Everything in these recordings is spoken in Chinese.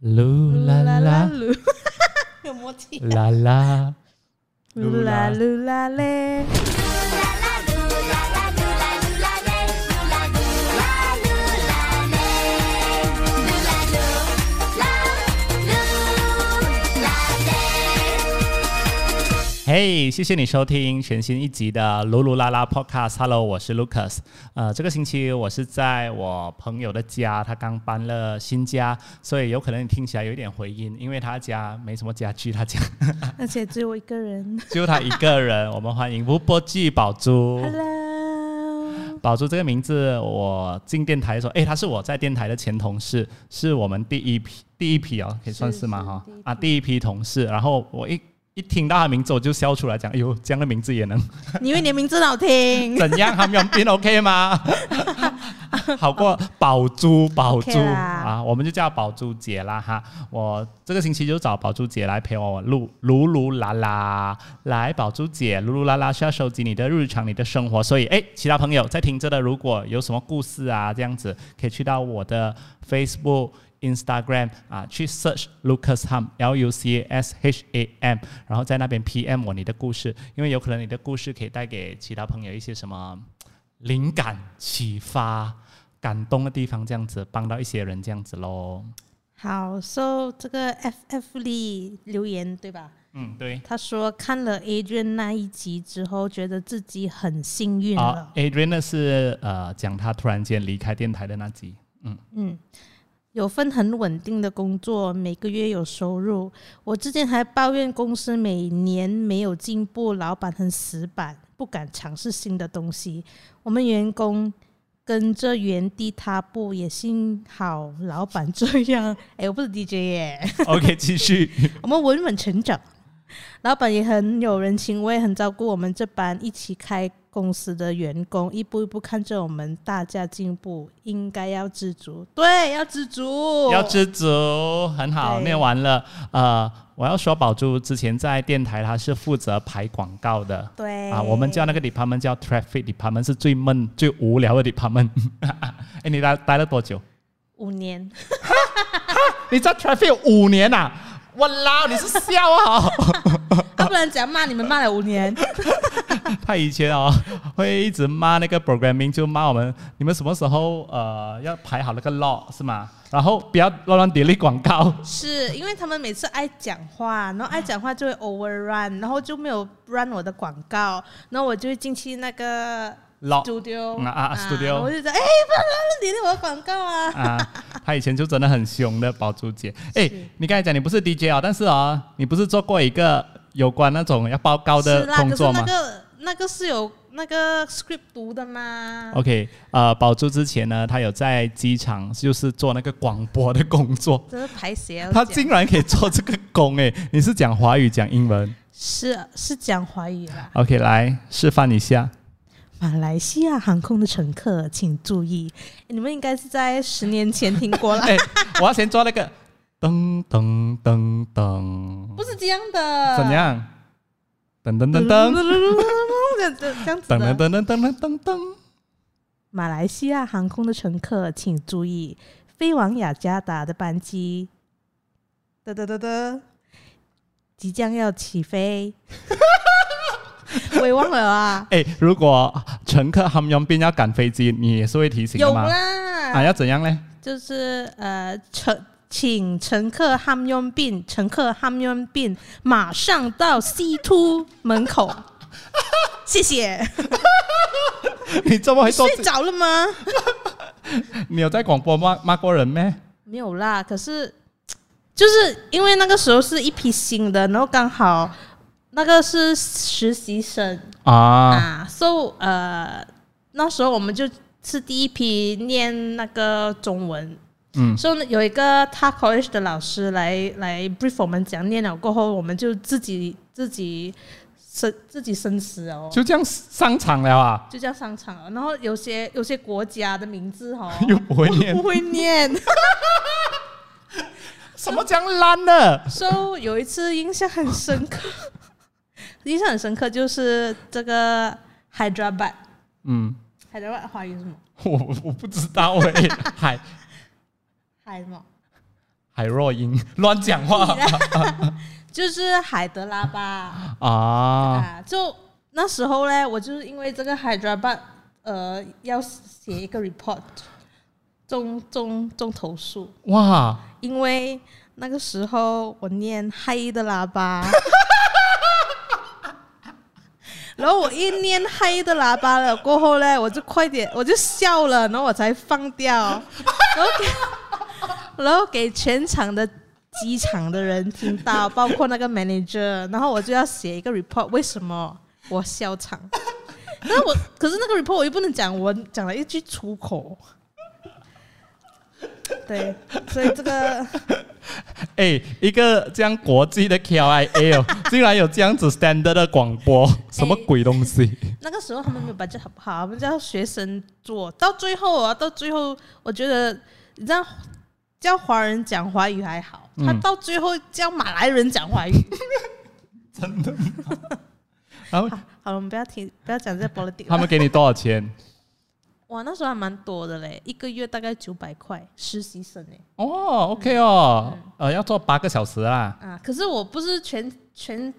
噜啦啦啦噜，有默契。啦啦，噜啦噜啦嘞， 嘿、谢谢你收听全新一集的噜噜啦啦 Podcast。Hello，我是 Lucas。呃，这个星期我是在我朋友的家，他刚搬了新家，所以有可能你听起来有一点回音，因为他家没什么家具，他家 而且只有我一个人。只有他一个人。我们欢迎吴波记宝珠。 Hello，宝珠这个名字，我进电台的时候，哎，他是我在电台的前同事，是我们第一批第一批哦，可以算是吗？哈是第一批啊，第一批同事。然后我一一听到他名字，我就笑出来，讲，哎呦，这样的名字也能你以为你的名字很 好听？怎样？韩永斌 OK 吗？ 好过宝珠，宝珠、 OK 啦啊，我们就叫宝珠姐啦哈。我这个星期就找宝珠姐来陪我录噜噜啦啦，来宝珠姐噜噜啦啦是要收集你的日常、你的生活，所以哎，其他朋友在听着的，如果有什么故事啊这样子，可以去到我的 Facebook。Instagram 啊，去 search Lucas Ham L U C A S H A M，然后在那边 PM 我你的故事，因为有可能你的故事可以带给其他朋友一些什么灵感启发、感动的地方，这样子帮到一些人，这样子咯。好，So 这个 FF 里留言对吧？嗯，对。他说看了 Adrian 那一集之后，觉得自己很幸运啊了。 ，Adriana 是呃讲他突然间离开电台的那集，嗯，有份很稳定的工作，每个月有收入。我之前还抱怨公司每年没有进步，老板很死板，不敢尝试新的东西。我们员工跟着原地踏步，也幸好老板这样。 哎，我不是 DJ 耶。 OK，继续。我们稳稳成长。老板也很有人情味，很照顾我们这班一起开公司的员工，一步一步看着我们大家进步，应该要知足。对，要知足，要知足，很好，对念完了。呃，我要说，宝珠之前在电台，他是负责排广告的。对啊，我们叫那个 department 叫 traffic department，是最闷、最无聊的 department。哎，你待待了多久？五 年，你在 traffic 五年呐、啊？ 我lao，你是笑啊！要、不然讲骂你们骂了五年，他以前哦会一直骂那个 programming，就骂我们你们什么时候呃要排好那个 log 是吗？然后不要乱乱 delete 广告。是因为他们每次爱讲话，然后爱讲话就会 overrun，然后就没有 run 我的广告，然后我就会进去那个 log studio 嗯啊啊，studio 然后我就说哎，不要 run 你的我的广告啊，啊，他以前就真的很凶的宝珠 姐。哎是，你刚才讲你不是 DJ 哦，但是哦，你不是做过一个有关那种要报告的工作吗是啦，可是那个那个是有那个 script 读的吗？ ？OK，呃，宝珠之前呢，他有在机场就是做那个广播的工作，这是排写要他讲竟然可以做这个工哎！你是讲华语讲英文是是讲华语啦。 ？OK，来示范一下。 马来西亚航空的乘客请注意，你们应该是在十年前听过啦， 哎，我要先做那个噔噔噔噔，不是这样的。怎？样？噔噔噔噔噔噔噔噔这样子噔噔的。噔噔噔噔噔。马来西亚航空的乘客请注意，飞往雅加达的班机，得得得得，即将要起飞。我也忘了啊。哎，如果乘客含佣兵要赶飞机，你也是会提醒的有吗？啦，啊，要怎样呢？ 就是呃乘。请乘客ham 用病，乘客 ham 用病，马上到 C two 门口。谢谢。你这么会做睡？着了吗？你有在广播骂骂过人咩？没有啦，可是就是因为那个时候是一批新的，然后刚好那个是实习生啊，啊，so 呃那时候我们就是第一批念那个中文，嗯，所以有一个他 college 的老师来来 brief 我们讲念了过后，我们就自己自己生自己生死哦，就这样上场了啊，就叫商场了。然后有些有些国家的名字哦，又不会念 不，会念。什么这样烂的？ so 有一次印象很深刻， 印象很深刻就是这个 Hyderabad。嗯， Hyderabad 华语是什么？我我不知道哎，海海什么？海若英乱讲话就是海德拉巴啊！啊，就那时候呢，我就是因为这个海德拉巴，呃，要写一个 report，中中中投诉，哇，因为那个时候我念黑的喇 叭，然后我一念黑的喇叭了过后呢，我就快点我就笑了，然后我才放掉， 然后给然后给全场的。机场的人听到，包括那个 manager，然后我就要写一个 report，为什么我笑场？那我可是那个 report 我又不能讲，我讲了一句粗口， 对，所以这个哎，一个这样国际的 KIA 哦，竟然有这样子 standard 的广播，什么鬼东西？那个时候他们没有 budget 好不好？我们叫学生做到最后啊，到最后我觉得你知道教华人讲华语还好，嗯他到最后教马来人讲华语。 真 的吗？然后好了，我们不要听，不要讲这 politics 他了。们给你多少 钱？哇，那时候还蛮多的嘞，一个月大概九百块，实习生哎哦，OK 哦，呃，要做八个小时啦。啊！可是我不是全全。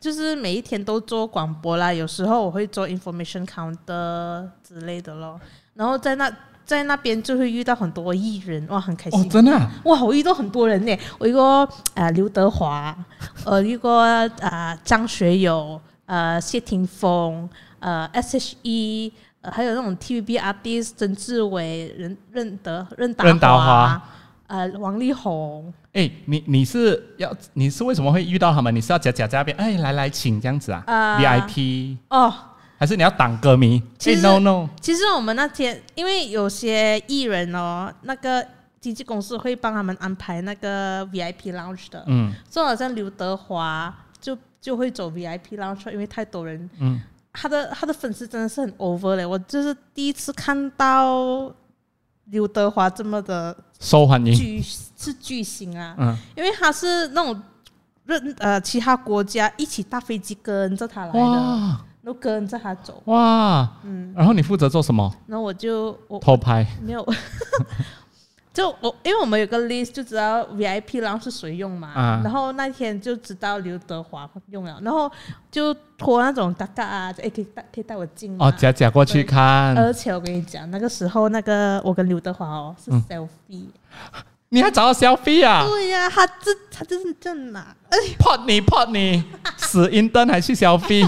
就是每一天都做广播啦，有时候我会做 information counter 之类的咯，然后在那在那边就会遇到很多艺人，哇，很开心。哦，真的啊、哇，我遇到很多人呢，我遇过呃刘德华，呃遇过呃张学友，呃谢霆锋，呃 S.H.E，呃还有那种 TVB artist 曾志伟、任任德、任达任达华呃王力宏，哎，你你是要你是为什么会遇到他们？你是要假假嘉宾？哎，来来，请这样子啊、啊 v i p 哦，还是你要当歌迷？其哎实，no no，其实我们那天，因为有些艺人哦，那个经纪公司会帮他们安排那个 VIP lounge 的，嗯就好像刘德华就就会走 VIP lounge，因为太多人，嗯，他的他的粉丝真的是很 over 嘞，我就是第一次看到刘德华这么的受欢迎，巨是巨星啊，嗯，因为他是那种任呃其他国家一起搭飞机跟着他来的，哇都跟着他走，哇，嗯，然后你负责做什么？然后我就我偷拍没有， 就我因为我们有个 list 就知道 VIP 然后是谁用嘛，啊然后那天就知道刘德华用了，然后就托那种大大啊，哎可以带可以带我进吗哦，假假过去看，而且我跟你讲，那个时候那个我跟刘德华哦是 selfie，、你还找到 selfie 嗯啊？对呀、他这他就是这样拿，泼你泼你，死阴灯还去 selfie？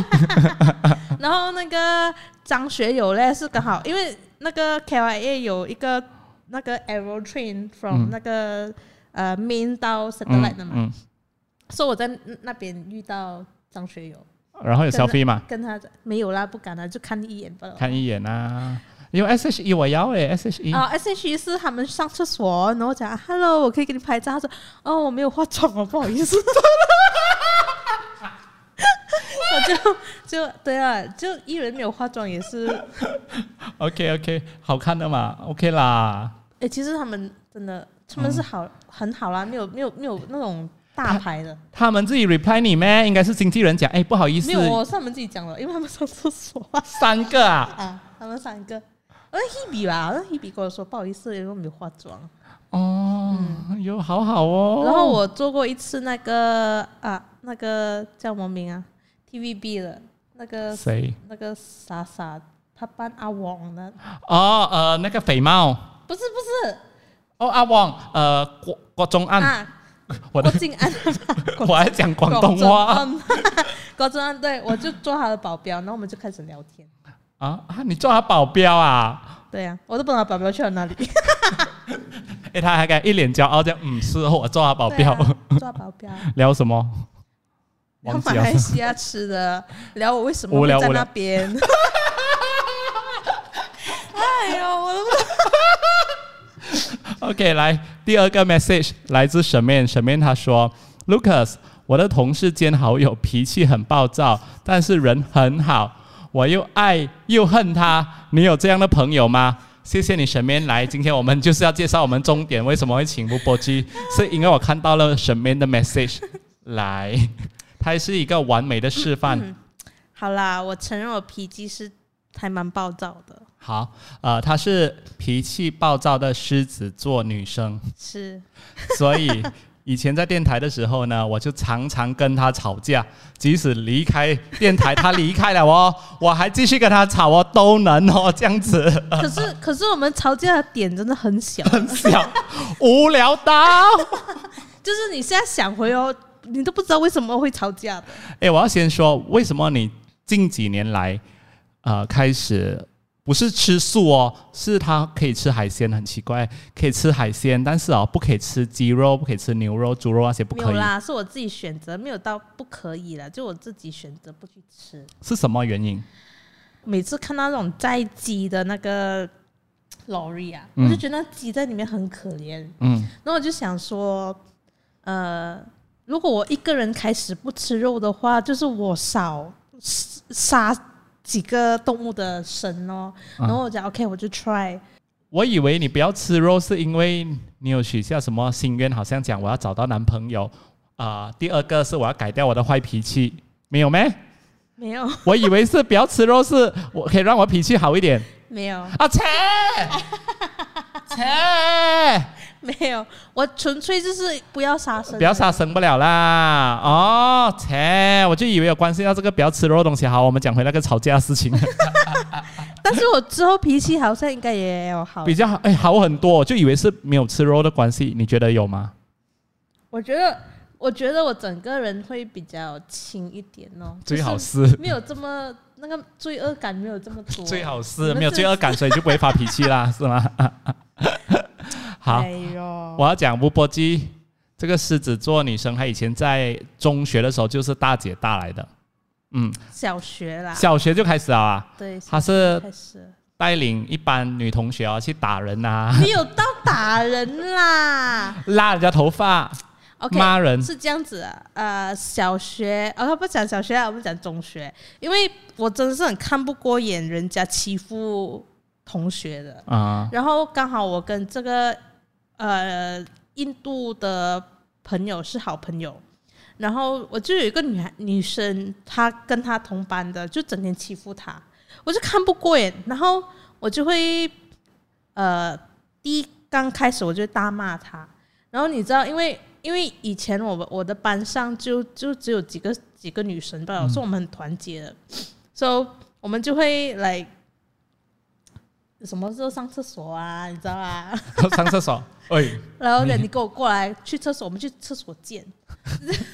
然后那个张学友嘞是刚好，因为那个 KYA 有一个那个 Arrow Train from、嗯那个呃 Main 到 Satellite 的嗯嘛，嗯，所以我在那边遇到张学友，然后有真的 selfie 嘛？跟他没有啦，不敢啦，就看一眼罢了。看一眼啊，因为 SHE 我要诶、s h e 啊，S H E 是他们上厕所，然后讲啊 “hello”，我可以给你拍照。他说：“哦，我没有化妆哦，不好意思。” 我就就对啊，就艺人没有化妆也是， OK OK，好看的嘛，OK 啦。哎，其实他们真的他们是好、很好啦，没有没有没有那种大牌的，他们自己 reply 你咩？应该是经纪人讲，哎，不好意思没，有哦，是他们自己讲的，因为他们上厕所啊，三个啊。啊他们三个。呃，Hebe 吧，那 Hebe 跟我说不好意思，因为我没有化妆。哦，哟，好好哦。嗯然后我做过一次那个啊，那个叫什么名啊？TVB 的那个谁？那个傻傻，他扮阿王的，哦，呃，那个肥猫，不是不是哦，阿旺，呃，郭郭宗安，啊，我郭的，靖安，我还讲 广东正话安， 郭正安，对我就做他的保镖，然后我们就开始聊天。啊啊！你做他保镖啊？对呀、我都不知道保镖去了哪里。哎，他还敢一脸骄傲这样，嗯，是我做他 保镖，对啊，做保镖， 聊什么？聊忘马记了来。西亚吃的，聊我为什么无会聊在无那聊边。 哎呦，我都不 OK，来第二个 message 来自沈面，沈面他说：“Lucas，我的同事兼好友脾气很暴躁，但是人很好，我又爱又恨他。你有这样的朋友吗？”谢谢你沈面来，今天我们就是要介绍我们终点为什么会请吴波基，是因为我看到了沈面的 message 来，他是一个完美的示范。好啦，我承认我脾气是还蛮暴躁的，好，呃， 她是脾气暴躁的狮子座女生。是所以以前在电台的时候呢，我就常常跟他吵架，即使离开电台，他离开了哦， 我还继续跟他吵哦，都能哦，这样子可是啊可是我们吵架的点真的很小， 很小， 无聊到。就是你现在想回哦，你都不知道为什么会吵架的。哎，我要先说，为什么你近几年来，呃，开始不是吃素哦，是他可以吃海鲜，很奇怪，可以吃海鲜，但是哦，不可以吃鸡肉，不可以吃牛肉、猪肉那些不没可有以，啦，是我自己选择，没有到不可以了，就我自己选择不去吃。是什么原因？每次看到那种载鸡的那个 lorry 啊，嗯我就觉得那鸡在里面很可怜。嗯然后我就想说，呃，如果我一个人开始不吃肉的话，就是我少杀几个动物的神哦。啊然后我讲、OK，我就 try。 我以为你不要吃肉，是因为你有许下什么心愿，好像讲我要找到男朋友啊、第二个是我要改掉我的坏脾气，没有咩？没有，我以为是不要吃肉，是我可以让我脾气好一点。没有，啊 切切，没有，我纯粹就是不要杀生，不要杀，生不了啦！哦切，我就以为有关系到这个不要吃肉的东西。好，我们讲回那个吵架的事 情，但是我之后脾气好像应该也有好比。较好哎好很多，就以为是没有吃肉的关系，你觉得有吗？我觉得，我觉得我整个人会比较轻一点哦，最好就是是。没有这么那个罪恶感，没有这么多。最好你是们没有这罪恶感，所以就不会发脾气啦，是 吗？好，哎呦，我要讲吴波基这个狮子座女生，她以前在中学的时候就是大姐大来的，嗯，小学啦，小学就开始了啊，对，她是开始带领一班女同学啊去打人 啊，没有到打人 啦。拉人家头发， OK，骂 人，是这样子啊，呃，小学哦，不讲小学啊，我们讲中学，因为我真的是很看不过眼人家欺负同学的。啊、然后刚好我跟这个呃印度的朋友是好朋友，然后我就有一个女孩女生，她跟她同班的，就整天欺负她，我就看不过眼，然后我就会呃第一刚开始我就大骂她，然后你知道，因为因为以前我们我的班上就就只有几个几个女生吧，所以我们很团结的，所、以我们就会来。什么时候上厕所啊？你知道啊？上厕所，哎，然后呢，你跟我过来去厕所，我们去厕所见。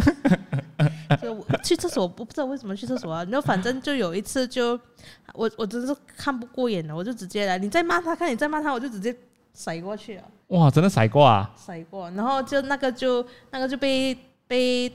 就我去厕所，我不知道为什么去厕所啊。然后反正就有一次就，我我真是看不过眼了，我就直接来，你再骂他，看你再骂他，我就直接甩过去了，哇，真的甩过啊，甩过。然后就那个就那个就被被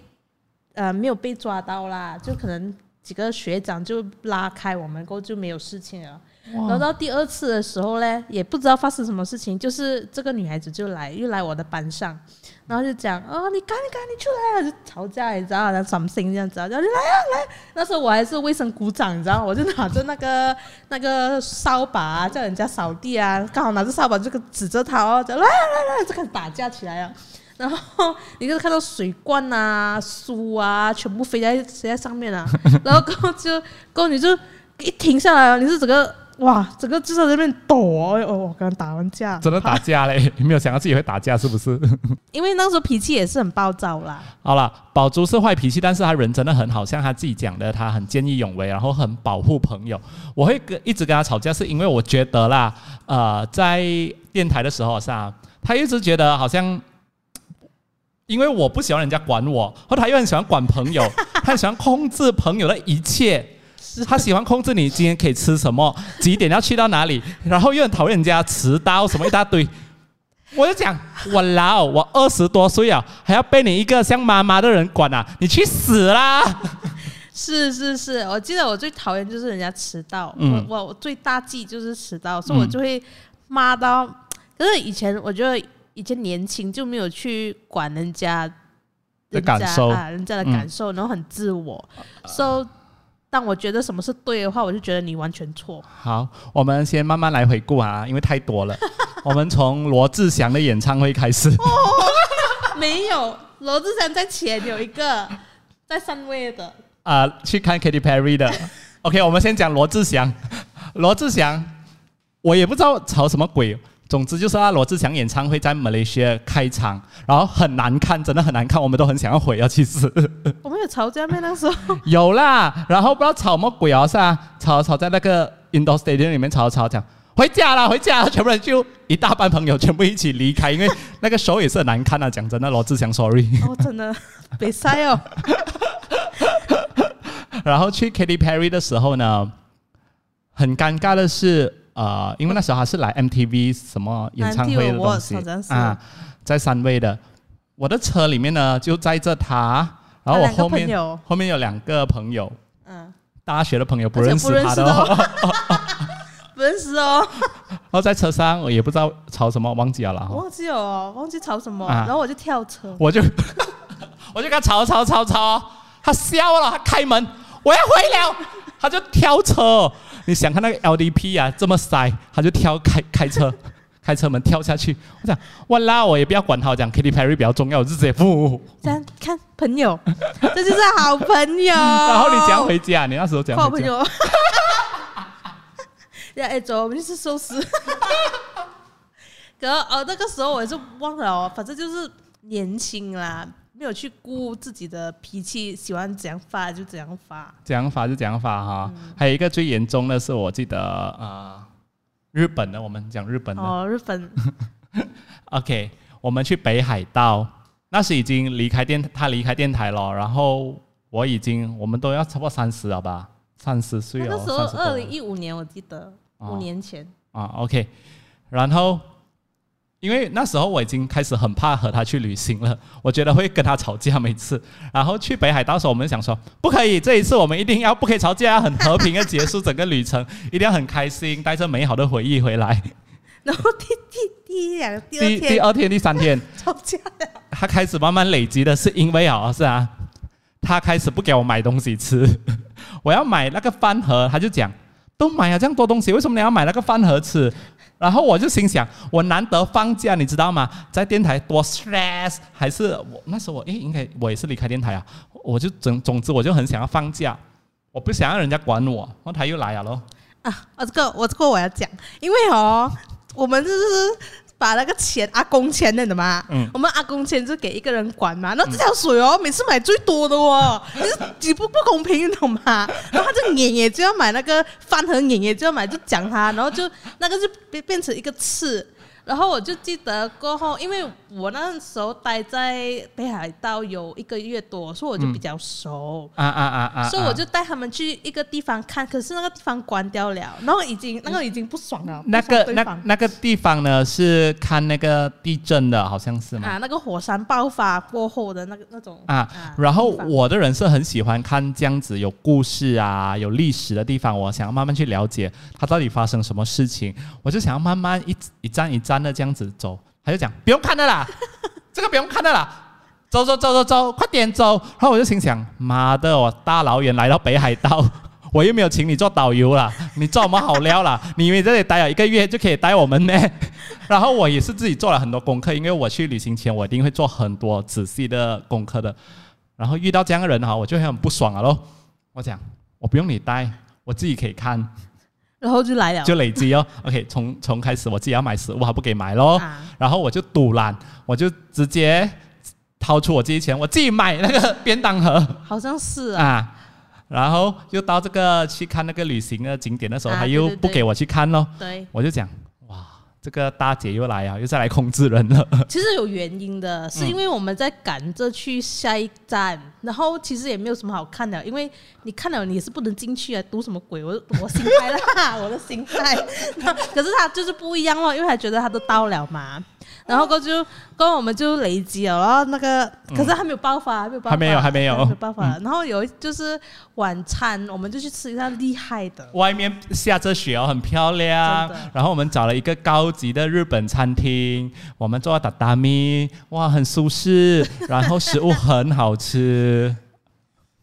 呃没有被抓到啦，就可能几个学长就拉开我们，过后就没有事情了。然后到第二次的时候呢，也不知道发生什么事情，就是这个女孩子就来，又来我的班上，然后就讲哦，你赶紧赶紧出来啊，就吵架，你知道，然后 something 这样子啊，然后就来啊来，那时候我还是卫生股长，你知道，我就拿着那个那个扫把、啊、叫人家扫地啊，刚好拿着扫把这个指着他哦，讲来啊来来，就开始打架起来啊 了。然后你就看到水罐啊、书啊，全部飞在飞在上面啊，然后过后就过后你就一停下来了，你是整个哇，整个就在那边抖哦，哦，我刚打完架，真的打架嘞，你没有想到自己会打架是不是？因为那时候脾气也是很暴躁啦，好了，宝珠是坏脾气，但是他人真的很好，像他自己讲的，他很见义勇为，然后很保护朋友。我会跟一直跟他吵架，是因为我觉得啦，呃，在电台的时候是啊，他一直觉得好像。因为我不喜欢人家管我，或者他又很喜欢管朋友，他很喜欢控制朋友的一切，他喜欢控制你今天可以吃什么，几点要去到哪里，然后又很讨厌人家迟到什么一大堆。我就讲，我老，我二十多岁啊，还要被你一个像妈妈的人管啊，你去死啦！是是是，我记得我最讨厌就是人家迟到，嗯我我我最大忌就是迟到，所以我就会骂到。可是以前我觉得以前年轻就没有去管人家的人家感受嗯啊啊，人家的感受，然后很自我。so，当我觉得什么是对的话，我就觉得你完全错。好，我们先慢慢来回顾啊，因为太多 了。我们从罗志祥的演唱会开始，没有，罗志祥在前有一个在上位的，啊、去看 Katy Perry 的。OK，我们先讲罗志祥。罗志祥，我也不知道吵什么鬼，总之就是啊，罗志祥演唱会在马来西亚开场，然后很难看，真的很难看，我们都很想要回啊。其实我们有吵架吗？那时候有啦，然后不知道吵乜鬼啊，是啊，吵吵在那个 Indoor Stadium 里面吵吵讲回家啦，回家啦，全部人就一大班朋友全部一起离开，因为那个手也是很难看啊。讲真的，罗志祥 sorry。 哦，真的别塞哦，然后去 Katy Perry 的时候呢，很尴尬的是，呃，因为那时候他是来 MTV 什么演唱会的东 MTV 西 Awards 好像是啊，在三位的，我的车里面呢就载着他，然后我他两个后朋面友后面有两个朋友， 嗯，大学的朋友不而且认不识认他识的、的哦，不认识哦，然后在车上我也不知道吵什么，忘记了啦。 我忘记哦，忘记吵什么，啊然后我就跳车，我就 我就跟他吵吵吵吵，他笑了，他开门，我要回了，他就跳车。你想看那个 LDP 啊，这么塞，他就跳开开车，开车门跳下去。我讲，哇啦，我也不要管他，我讲 Katy Perry 比较重要，我就直接不。这样看朋友，这就是好朋 友。然然后你怎样回家？你那时候怎好样回朋家？友。 呀，哎，走，我们去吃寿司。 可呃，那个时候我也是忘了哦，反正就是年轻啦，没有去顾自己的脾气，喜欢怎样发就怎样发。讲法就讲法哈。还有一个最严重的是，我记得呃，日本的，我们讲日本的，哦，日 本 OK，我们去北海道，那时已经离开电，他离开电台了，然后我已经，我们都要差不多三十了吧，哦三十岁那了，个时候30多了二零一五年，我记得哦五年前，啊，OK，然后因为那时候我已经开始很怕和他去旅行了，我觉得会跟他吵架每次。然后去北海道的时候，我们想说不可以，这一次我们一定要不可以吵架，很和平的结束整个旅程，一定要很开心，带着美好的回忆回来。然后第第第一两第二第第天二天、第三天。吵架了，他开始慢慢累积的是因为啊，是啊，他开始不给我买东西吃， 我要买那个饭盒，他就讲都买了这样多东西，为什么你要买那个饭盒吃？然后我就心想，我难得放假，你知道吗？在电台多 stress，还是我那时候我诶，应该我也是离开电台啊，我就总总之我就很想要放假，我不想让人家管我，然后他又来了咯。啊！我这个我这个我要讲，因为哦，我们就是把那个钱阿公钱的，你懂吗？嗯我们阿公钱就给一个人管嘛，那这条水哦，每次买最多的哦，你是几不不公平，你懂吗？然后他就撵也就要买那个饭盒，撵也就要买，就讲他，然后就那个就变变成一个刺。然后我就记得过后，因为我那时候待在北海道有一个月多，所以我就比较熟。啊啊啊啊啊！所以我就带他们去一个地方看，可是那个地方关掉了，然后已经那个已经不爽了，嗯那不爽个对那方那个地方呢是看那个地震的，好像是吗？啊那个火山爆发过后的那个那种啊，然后我的人是很喜欢看这样子有故事啊、有历史的地方，我想要慢慢去了解它到底发生什么事情，我就想要慢慢一一站一站的这样子走。他就讲不用看的啦，这个不用看的啦，走走走走走，快点走。然后我就心想，妈的，我大老远来到北海道。我又没有请你做导游啦，你做我们好料啦，你以为这里待了一个月就可以带我们咩？然后我也是自己做了很多功课，因为我去旅行前我一定会做很多仔细的功课的。然后遇到这样的人哈，我就会很不爽了咯。我讲我不用你带，我自己可以看，然后就来了就累积哦。OK，从从开始我自己要买食物，他不给买咯。啊，然后我就赌懒，我就直接掏出我自己钱，我自己买那个便当盒 好像是啊，啊。然后又到这个去看那个旅行的景点的时候，啊他对又对不对给我去看咯。对，我就讲哇，这个大姐又来啊，又再来控制人了。其实有原因的，嗯是因为我们在赶着去下一站，然后其实也没有什么好看的，因为你看了你也是不能进去啊，读什么鬼？我我心态啦， 我的心态。那可是他就是不一样咯，因为他觉得他都到了嗯嘛，然后过后就跟我们就累积了，然后那个可是还没有爆发，还没有爆嗯发，还没有还没有嗯还没有爆发。然后有一就是晚餐，我们就去吃一趟厉害的，外面下着雪哦，很漂亮真的。然后我们找了一个高级的日本餐厅，我们坐榻榻米，哇，很舒适， 然后食物很好吃。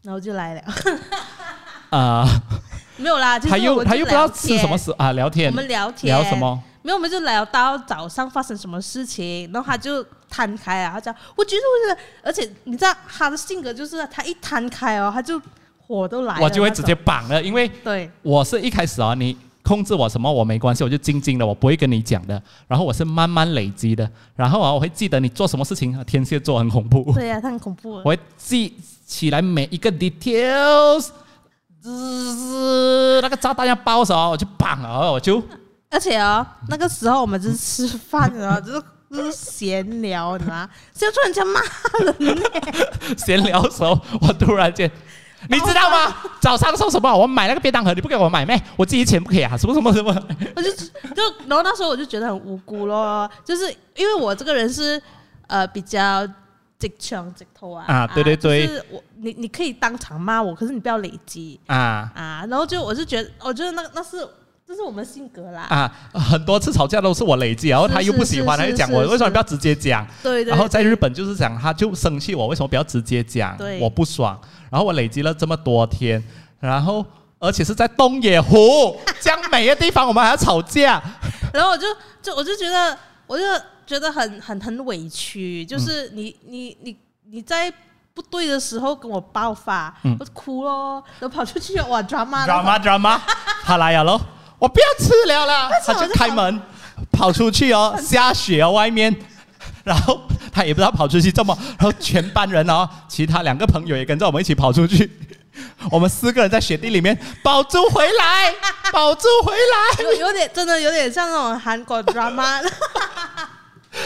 然后就来了， 啊、没有啦，就是他又我们就他又不知道吃聊天什么，食啊，聊天我们聊天聊什么？没有，我们就聊到早上发生什么事情，然后他就摊开啊，他讲，我觉得我觉得，而且你知道他的性格就是，他一摊开哦，他就火都来了，我就会直接绑了，因为那种对我是一开始啊，你控制我什么我没关系，我就静静的，我不会跟你讲的。然后我是慢慢累积的，然后啊，我会记得你做什么事情。啊天蝎座很恐怖，对啊呀、他很恐怖。我会记起来每一个 details，滋那个炸弹要爆的时候，我就砰，然后我就而且哦，那个时候我们就是吃饭啊，就是就是闲聊，你知道吗？就突然间骂，闲聊的时候，我突然间。你知道吗？早上送什么？我买那个便当盒，你不给我买咩？我自己钱不给啊？什么什么什么？我就就然后那时候我就觉得很无辜咯，就是因为我这个人是呃比较直肠直头啊啊对对对就是我你你可以当场骂我，可是你不要累积啊啊。然后就我是觉得，我觉得那那是这是我们性格啦，啊！很多次吵架都是我累积，然后他又不喜欢，是他是就讲是我是为什么不要直接讲？对对然后在日本就是讲，他就生气我为什么不要直接讲对？我不爽。然后我累积了这么多天，然后而且是在东野 湖江美的地方，我们还要吵架。然后我就就我就觉得，我就觉得很很很委屈，嗯就是你、你你你在不对的时候跟我爆发，嗯我就哭咯，然后跑出去哇抓妈 drama drama，他来了咯，我不要吃了啦，他但是我就就开门跑出去哦，下雪哦外面，然后他也不知道跑出去这么，然后全班人哦，其他两个朋友也跟着我们一起跑出去，我们四个人在雪地里面保住回来，保住回来，有有点真的有点像那种韩国 drama，然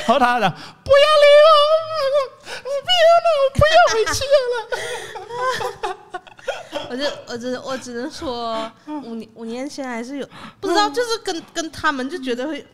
后他讲不要理我，我不要了，我不要回去了，我就我只我只能说五年五年前还是有不知嗯道，就是跟跟他们就觉得会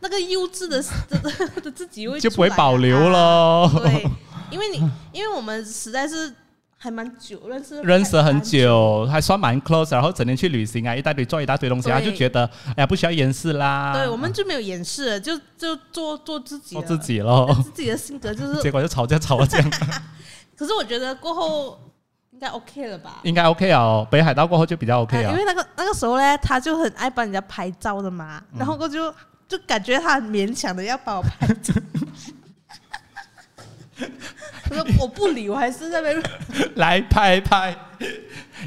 那个幼稚的的 的自己会就不会出来保留啊喽。 对，因为你因为我们实在是还蛮久认 识认识很蛮久，还算蛮 close，然后整天去旅行啊，一大堆做一大堆东西，对他就觉得哎呀不需要掩饰啦，对，我们就没有掩饰了，就就做做自己啊做了，自己咯， 自己的啊性格就结是。果 就吵架吵到这样，可是我觉得过后应该 OK 了吧应该 OK 哦，北海道过后就比较 OK 哎啊因，为那个那个时候呢，他就很爱帮人家拍照的嘛，嗯然后我就就感觉他很勉强的要帮我拍 照。我说我不理，我还是在那边。 来拍拍。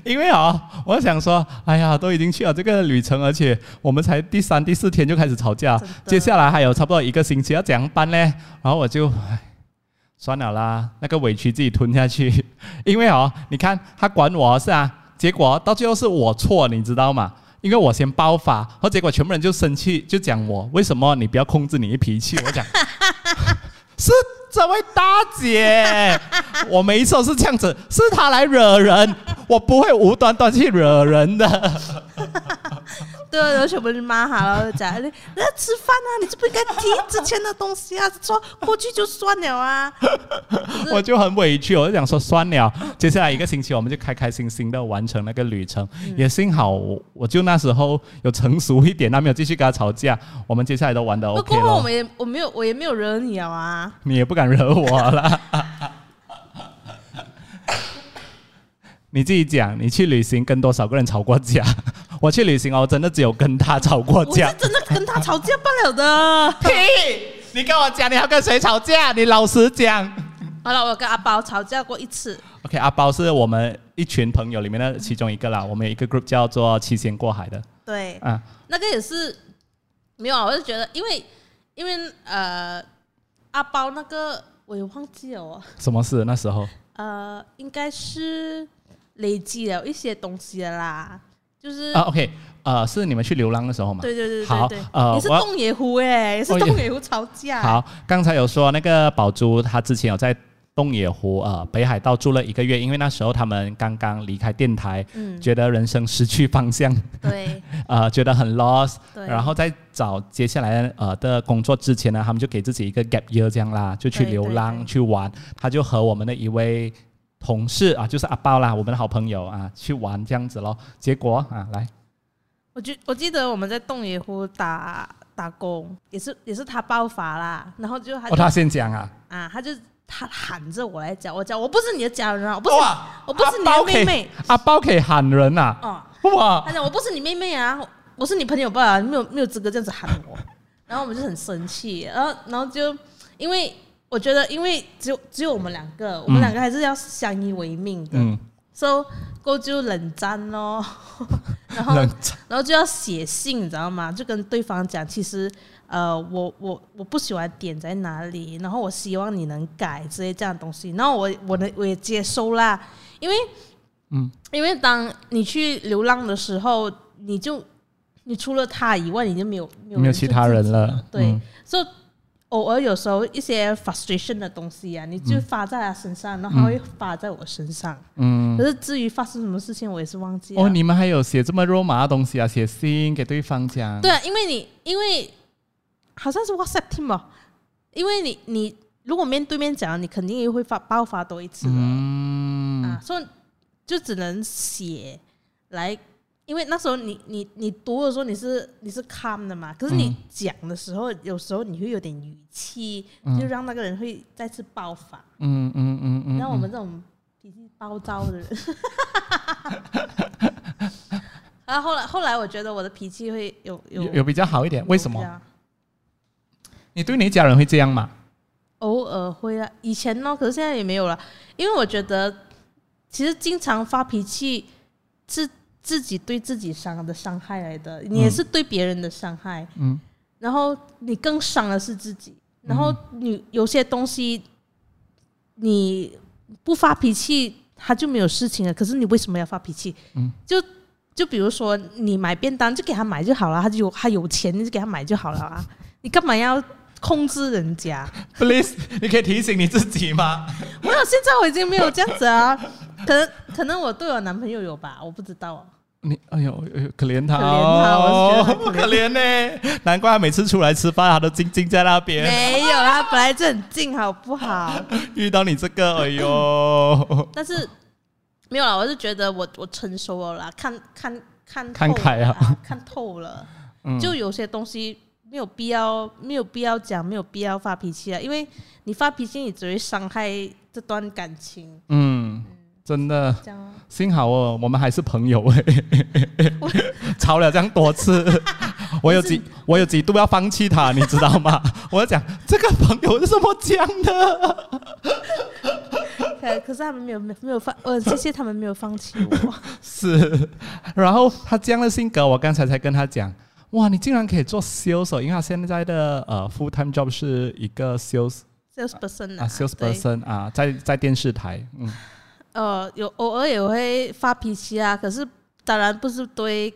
因为啊、我想说，哎呀，都已经去了这个旅程，而且我们才第三、第四天就开始吵架真的，接下来还有差不多一个星期要怎样办呢？然后我就，唉算了啦，那个委屈自己吞下去。 因为哦，你看他管我是啊，结果到最后是我错，你知道吗？因为我先爆发，然后结果全部人就生气，就讲我为什么你不要控制你的脾气？我 讲是这位大姐， 我每一次都是这样子，是她来惹人，我不会无端端去惹人的。对，然后全部就骂他了，然后就讲你那吃饭啊，你就不应该提之前的东西啊，说过去就算了啊。是我就很委屈，我就想说算了，啊接下来一个星期我们就开开心心的完成那个旅程。嗯也幸好我我就那时候有成熟一点，那没有继续跟他吵架，我们接下来都玩的不 OK 过我了。们也我没有我也没有惹你了啊。你也不敢惹我了。你自己讲，你去旅行跟多少个人吵过架？ 我去旅行哦，真的只有跟他吵过我是架。真的跟他吵架不了的。 屁！你跟我讲，你要跟谁吵架？你老实讲。好了，我跟阿包吵架过一次， OK，阿包是我们一群朋友里面的其中一个啦。我们有一个 group 叫做“七仙过海”的对，啊，那个也是没有啊，我就觉得，因为因为呃，阿包那个我也忘记了哦，什么事？那时候呃，应该是累积了一些东西的啦，就是、啊，OK，呃，是你们去流浪的时候嘛？对对对好对对，呃也是我要洞野湖哎、也是哦也洞野湖吵架，好，刚才有说那个宝珠，她之前有在东野湖呃北海道住了一个月，因为那时候他们刚刚离开电台，嗯，觉得人生失去方向， 对呃，觉得很 lost，对，然后在找接下来呃的工作之前呢，他们就给自己一个 gap year 这样啦，就去对流对浪对去玩。他就和我们的一位同事啊，就是阿包啦，我们的好朋友啊，去玩这样子咯。结果啊，来我记我记得我们在洞爷湖打打工，也是也是他爆发啦，然后就他哦，就、他先讲啊，啊，他就他喊着我来讲，我讲我不是你的家人啊，我不是、哇，我不是你的妹妹阿包可以喊人啊，哦，哇他，讲我不是你妹妹啊，我是你朋友吧，你没有没有资格这样子喊我，然后我们就很生气，然后然后就因为我觉得因为只有只有我们两个，我们两个嗯还是要相依为命的，嗯。 so 过后就冷战咯， 然后冷战然后就要写信，你知道吗？就跟对方讲，其实呃，我我我不喜欢点在哪里，然后我希望你能改之类这样的东西。然后我我能我也接收啦，因为嗯，因为当你去流浪的时候，你就你除了他以外，你就没有没有没有其他是自人己了。对嗯，所以偶尔有时候一些 frustration 的东西啊，你就发在他身上，然后他会发在我身上。嗯，可是至于发生什么事情，我也是忘记了。啊哦，你们还有写这么肉麻的东西啊？写信给对方讲。对啊，因为你因为好像是 WhatsApp team 吧，因为你你如果面对面讲，你肯定也会发爆发多一次的、嗯，啊，所以就只能写来，因为那时候你你你读的时候你是你是 calm 的嘛，可是嗯你讲的时候，有时候你会有点语气，就让那个人会再次爆发。嗯嗯嗯嗯，像我们这种脾气暴躁的人。 然啊后后来，后来我觉得我的脾气会有有嗯有有比较好一点。为什有啊比么？较你对你家人会这样吗？偶尔会啊，以前呢，可是现在也没有了，因为我觉得其实经常发脾气是自己对自己伤的伤害来的，你也是对别人的伤害，嗯，然后你更伤的是自己，然后你有些东西你不发脾气，他就没有事情了，可是你为什么要发脾气？嗯，就。就比如说，你买便当就给他买就好了，他就有他有钱你就给他买就好了啊！你干嘛要控制人家？ Please，你可以提醒你自己吗？没有，现在我已经没有这样子 啊。可能可能我对我男朋友有吧，我不知道哦。你哎呦，哎呦可怜他可怜他我是觉哦得，不可怜呢、难怪他每次出来吃饭，他都静静在那 边。没有，他本来就很近，好不好？遇到你这个，哎呦，但是没有啦，我是觉得我我成熟了啦，看看看看透开了啊啦， 看透了。 嗯就有些东西没有必要，没有必要讲，没有必要发脾气啊，因为你发脾气，你只会伤害这段感情。嗯， 真的。这样啊，幸好哦，我们还是朋 友哎、吵了这样多次，我有几我有几度要放弃他，你知道吗？ 我就讲这个朋友是怎么讲的？可可是他们没有没有没有放，呃，谢谢他们没有放弃 我。是，然后他这样的性格，我刚才才跟他讲，哇，你竟然可以做 sales，哦因为他现在的呃 full time job 是一个 sales salesperson 啊 sales person 啊，在在电视台，嗯呃，有偶尔也会发脾气啊，可是当然不是对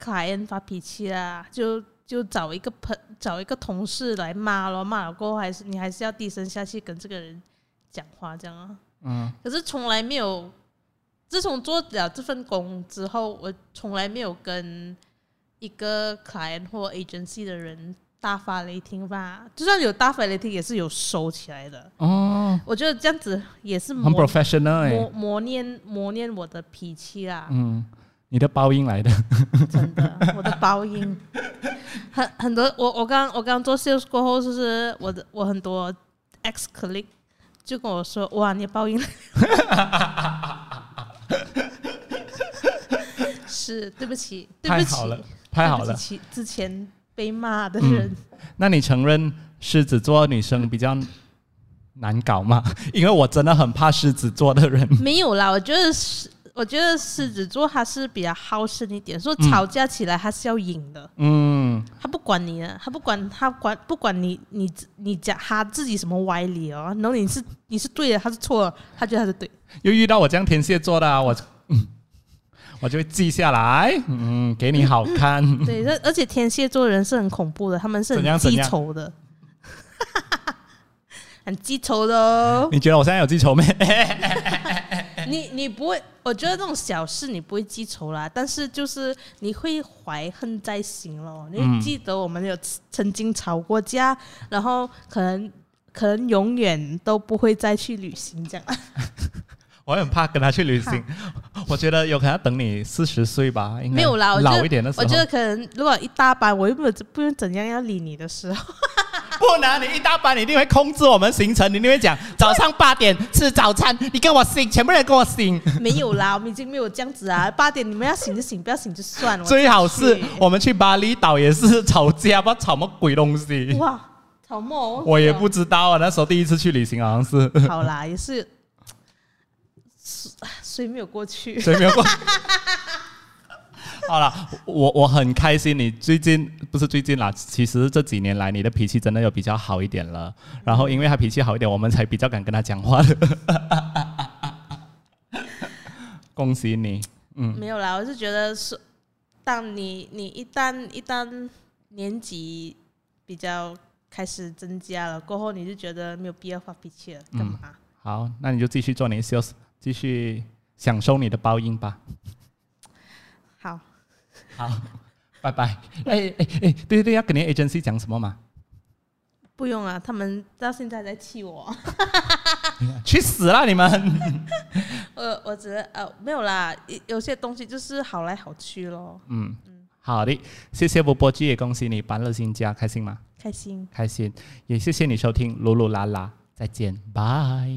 client 发脾气啦，就就找一个朋找一个同事来骂咯，骂了过后还是你还是要低声下气跟这个人讲话这样啊。嗯可是从来没有，自从做了这份工之后，我从来没有跟一个 client 或 agency 的人大发雷霆吧，就算有大发雷霆，也是有收起来的。哦，我觉得这样子也是很磨 professional 哎、磨磨练磨练我的脾气啦，嗯，你的报应来的，真的，我的报应。 很很多，我我刚我刚做 sales 过后，就是我的我很多 ex colleague 就跟我说，哇，你的报应来了。 是，对不起，对不太起，好了，太好对了嗯不。起，之前被骂的人，那你承认狮子座女生比较难搞吗？ 因为我真的很怕狮子座的人。 没有啦，我觉得是，我觉得狮子座他是比较好胜一点，说吵架起来他是要赢的，嗯，他不管你啊的，他不管他管不管你你你讲他自己什么歪理哦，然后你是你是对的，他是错的，他觉得他 是对，又遇到我这样天蝎座的、啊，我、嗯、我就会记下来，嗯，给你好看。对，而而且天蝎座人是很恐怖的，他们是怎样很怎记样仇的， 很记仇的 哦。你觉得我现在有记仇没？你你不会，我觉得这种小事你不会记仇啦，但是就是你会怀恨在心咯。嗯你会记得我们有曾经吵过架，然后可能可能永远都不会再去旅行这样。 嗯我很怕跟他去旅行，我觉得有可能要等你四十岁吧，应该没有啦，我觉得老一点的时候，我觉得可能如果一大班，我又不不用怎样要理你的时候，不能，你一大班你一定会控制我们行程，你一定会讲早上八点吃早餐，你跟我醒，全部人跟我醒。没有啦，我 们已经没有这样子啊。八点你们要醒就醒，不要醒就算了。最好是去我们去巴厘岛也是吵架，不知道吵乜鬼东西。哇，草梦，我也不知道啊，那时候第一次去旅行，好像是好啦，也是，虽虽没有过去。所以没有过。好了，我我很开心，你最近不是最近啦，其实这几年来你的脾气真的有比较好一点了。然后因为他脾气好一点，我们才比较敢跟他讲话的。恭喜你，没有啦，我是觉得是，当你你一旦一旦年纪比较开始增加了过后，你就觉得没有必要发脾气了，干嘛？好，那你就继续做你的 sales，继续享受你的报应吧。好，好，拜拜。哎哎哎，对对对，要跟你的 agency 讲什么嘛？不用啊，他们到现在还在气我， 去死啦你们！呃， 我只是呃没有啦，一有些东西就是好来好去咯，好的，谢谢波波鸡，也恭喜你搬了新家，开心吗？开心。开心，也谢谢你收听噜噜啦啦，再见，拜。